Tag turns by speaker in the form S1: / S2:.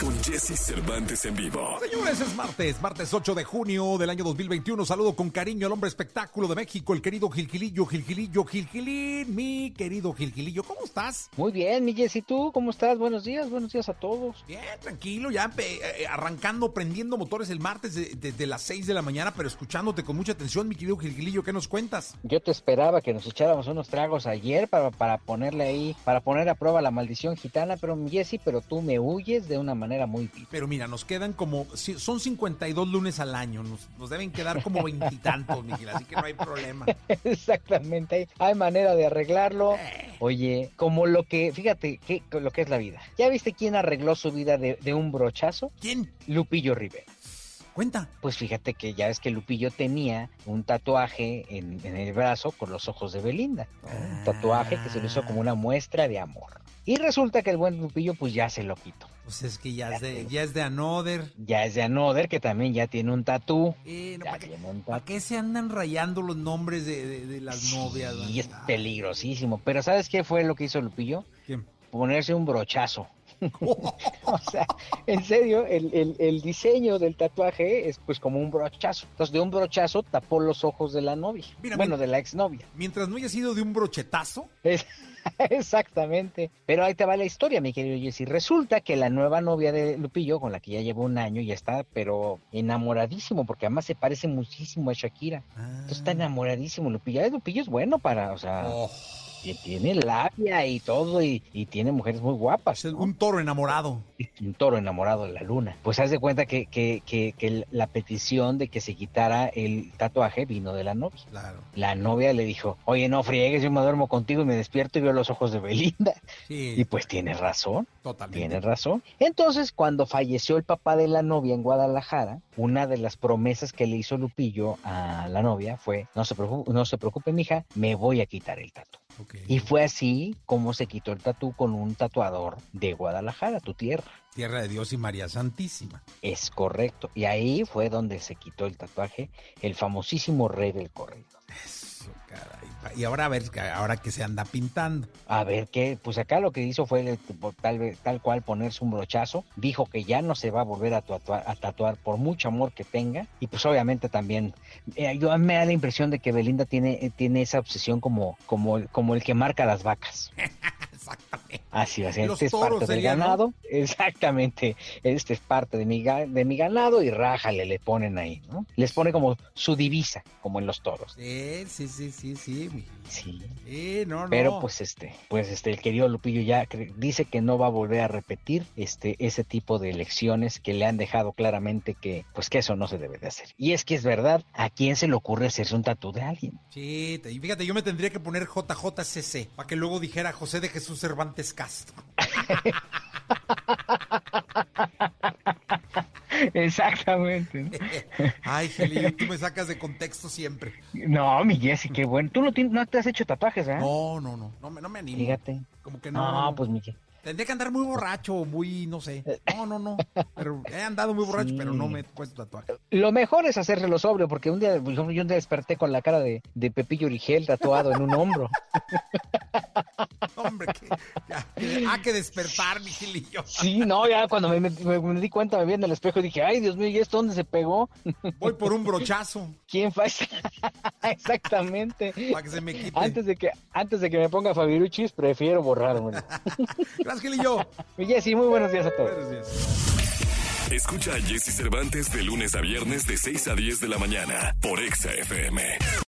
S1: Con Jesse Cervantes en vivo.
S2: Señores, es martes, martes 8 de junio del año 2021. Saludo con cariño al hombre espectáculo de México, el querido Gilgilillo, Gilgilillo, Gilgilín, mi querido Gilgilillo. ¿Cómo estás?
S3: Muy bien, mi Jessy, ¿tú cómo estás? Buenos días, buenos días a todos.
S2: Bien, tranquilo, ya eh, eh, arrancando, prendiendo motores el martes de- desde las 6 de la mañana, pero escuchándote con mucha atención, mi querido Gilgilillo, ¿qué nos cuentas?
S3: Yo te esperaba que nos echáramos unos tragos ayer para, para ponerle ahí, para poner a prueba la maldición gitana, pero mi Jessy, pero tú me huyes de una manera muy vil.
S2: Pero mira, nos quedan como, si- son 52 lunes al año, nos, nos deben quedar como veintitantos, Miguel, así que no hay problema.
S3: Exactamente, hay, hay manera de arreglarlo.
S2: Eh.
S3: Oye, como lo que, fíjate, que, lo que es la vida. ¿Ya viste quién arregló su vida de, de un brochazo?
S2: ¿Quién?
S3: Lupillo Rivera.
S2: Cuenta.
S3: Pues fíjate que ya es que Lupillo tenía un tatuaje en, en el brazo con los ojos de Belinda. ¿no? Un tatuaje que se le hizo como una muestra de amor. Y resulta que el buen Lupillo pues ya se lo quitó.
S2: Pues es que ya es de, ya es de Another.
S3: Ya es de Anoder que también ya tiene un tatú.
S2: Eh, no,
S3: Ya
S2: ¿para, qué,
S3: tiene un
S2: para
S3: tatú.
S2: qué se andan rayando los nombres de, de- de las novias? Ah,
S3: Y es
S2: verdad?
S3: peligrosísimo. Pero ¿sabes qué fue lo que hizo Lupillo?
S2: ¿Quién?
S3: Ponerse un brochazo.
S2: Oh,
S3: O sea, en serio, el, el- el diseño del tatuaje es pues como un brochazo. Entonces de un brochazo tapó los ojos de la novia.
S2: Mira,
S3: bueno,
S2: mira.
S3: de la exnovia.
S2: Mientras no haya sido de un brochetazo,
S3: Es- exactamente. Pero ahí te va la historia, mi querido Jesse. Resulta que la nueva novia de Lupillo, con la que ya llevó un año, ya está, pero enamoradísimo, porque además se parece muchísimo a Shakira.
S2: Ah.
S3: Entonces Pues está enamoradísimo Lupillo. Ay, Lupillo es bueno para, o sea,
S2: Oh,
S3: que tiene labia y todo, y, y tiene mujeres muy
S2: es
S3: guapas. ¿no?
S2: un toro enamorado.
S3: un toro enamorado de la luna. Pues haz de cuenta que, que, que- que la petición de que se quitara el tatuaje vino de la novia.
S2: Claro.
S3: La novia le dijo, oye, no friegues, yo me duermo contigo y me despierto y veo los ojos de Belinda. Y
S2: Sí,
S3: pues tienes razón,
S2: totalmente.
S3: tienes razón. Entonces, cuando falleció el papá de la novia en Guadalajara, una de las promesas que le hizo Lupillo a la novia fue, no se preocupe, no se preocupe, mija, me voy a quitar el tatu.
S2: Ok.
S3: Y fue así como se quitó el tatu con un tatuador de Guadalajara, tu tierra.
S2: Tierra de Dios y María Santísima.
S3: Es correcto. Y ahí fue donde se quitó el tatuaje, el famosísimo rey del corrido.
S2: Eso, caray. Pa- Y ahora a ver, ahora que se anda pintando.
S3: A ver qué, pues acá lo que hizo fue el- tal, vez- tal cual ponerse un brochazo, dijo que ya no se va a volver a tatuar, a tatuar por mucho amor que tenga y pues obviamente también eh, yo me da la impresión de que Belinda tiene, eh, tiene esa obsesión como, como, el- como el que marca las vacas.
S2: Exactamente.
S3: Así va a ser,
S2: Los
S3: este es parte
S2: toros
S3: del
S2: serían, ¿no?
S3: ganado, exactamente, este es parte de mi, ga- de mi ganado y rájale, le ponen ahí, ¿no? Les pone como su divisa, como en los toros.
S2: Sí, sí, sí, sí, sí. mi-
S3: Sí.
S2: Sí, no, no.
S3: Pero pues este, pues este, el querido Lupillo ya cre- dice que no va a volver a repetir este, ese tipo de elecciones que le han dejado claramente que, pues que eso no se debe de hacer. Y es que es verdad, ¿a quién se le ocurre hacerse un tatu de alguien?
S2: Sí, te- y fíjate, yo me tendría que poner JJCC para que luego dijera José de Jesús Cervantes Castro.
S3: Exactamente.
S2: Ay, Geli, tú me sacas de contexto siempre.
S3: No, mi Jessy, qué bueno. Tú no, tienes- no te has hecho tatuajes, ¿verdad?
S2: No, no, no, no me, no me animo.
S3: Fíjate.
S2: Como que no. no,
S3: No,
S2: no.
S3: ¿Ah? pues mi Je-
S2: Tendría que andar muy borracho, o muy, no sé. No, no, no. Pero he andado muy borracho,
S3: Sí.
S2: pero no me he puesto tatuaje.
S3: Lo mejor es hacérselo sobrio, porque un día, por ejemplo, yo un día desperté con la cara de, de Pepillo Origel tatuado en un hombro.
S2: Hombre, que, ya, que- ah, que despertar, mi gilillo.
S3: Sí, no, ya cuando me, me- me di cuenta, me vi en el espejo y dije, ay, Dios mío, ¿y esto dónde se pegó?
S2: Voy por un brochazo
S3: ¿Quién fue? Exactamente.
S2: para que se me quite.
S3: Antes de que, antes de que me ponga Fabiruchis, prefiero borrarme.
S2: Gracias, gilillo.
S3: Y Jessy, muy buenos días a todos.
S2: Buenos días.
S1: Escucha a Jesse Cervantes de lunes a viernes de 6 a 10 de la mañana por Exa FM.